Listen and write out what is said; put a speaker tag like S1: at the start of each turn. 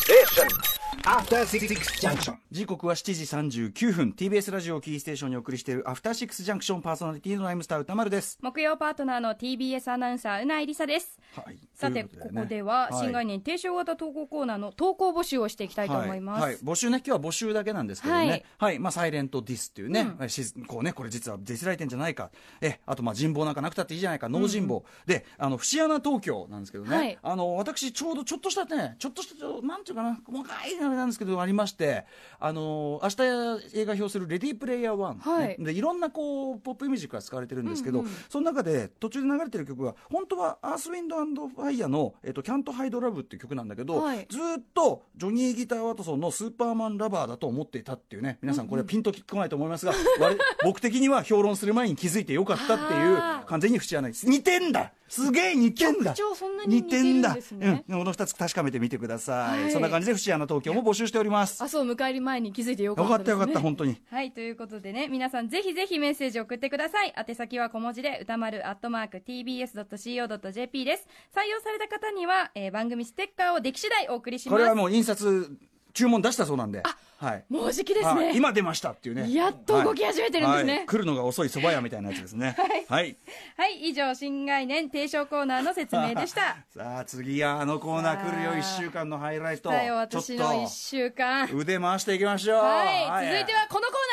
S1: Station. After Six Junction.
S2: 時刻は7時39分 TBS ラジオをキーステーションにお送りしているアフターシックスジャンクションパーソナリティのライムスター歌丸です
S3: 木曜パートナーの TBS アナウンサーうないりさです
S2: はい
S3: さて
S2: という
S3: こ
S2: とね
S3: こでは新概念提唱型投稿コーナーの投稿募集をしていきたいと思います、
S2: はいはい募集ね今日は募集だけなんですけどね、は
S3: はいい
S2: まあ、サイレントディスっていうね,、しこうねこれ実はディスられてんじゃないかえあとまあ人望なんかなくたっていいじゃないか脳人望、であの節穴東京なんですけどね、
S3: はい
S2: あの私ちょうどちょっとしたねちょっとしたちょなんていうかな細かいあれなんですけどありましてあの明日映画表する「レディープレイヤー1、ね」
S3: はい
S2: でいろんなこうポップミュージックが使われてるんですけど、その中で途中で流れてる曲が本当は「アースウィンドファイヤーの「えっと、キャントハイドラブっていう曲なんだけど、
S3: はい
S2: ずーっとジョニー・ギター・ワトソンのスーパーマン・ラバーだと思っていたっていうね皆さんこれはピンときこないと思い ますが、我々僕的には評論する前に気づいてよかったっていう
S3: あー
S2: 完全に節穴です似てんだすげえ似てんだ
S3: 曲調そんなに似てるんですね
S2: 似てんだうん、この2つ確かめてみてください、
S3: はい
S2: そんな感じで節穴東京も募集しております
S3: 明日を迎える前に気づいてよ
S2: よ
S3: かっ
S2: か
S3: た
S2: っ
S3: で
S2: た
S3: すね
S2: よかった本当に
S3: はいということでね皆さんぜひぜひメッセージ送ってください宛先は小文字で歌丸アットマーク TBS.CO.jp です採用された方には、えー番組ステッカーをでき次第お送りしま
S2: こ
S3: す
S2: れはもう印刷注文出したそうなんではい
S3: もうじきです
S2: はい
S3: ね
S2: 今出ましたっていうね
S3: やっと動き始めてるんですね
S2: はいはい来るのが遅い蕎麦屋みたいなやつですね はい
S3: はい以上新概念提唱コーナーの説明でした
S2: さあ次はあのコーナー来るよ
S3: さあ
S2: 1週間のハイライト
S3: だよ私の一
S2: ち
S3: 週間
S2: ょっと腕回していきましょう
S3: はい、続いてはこのコー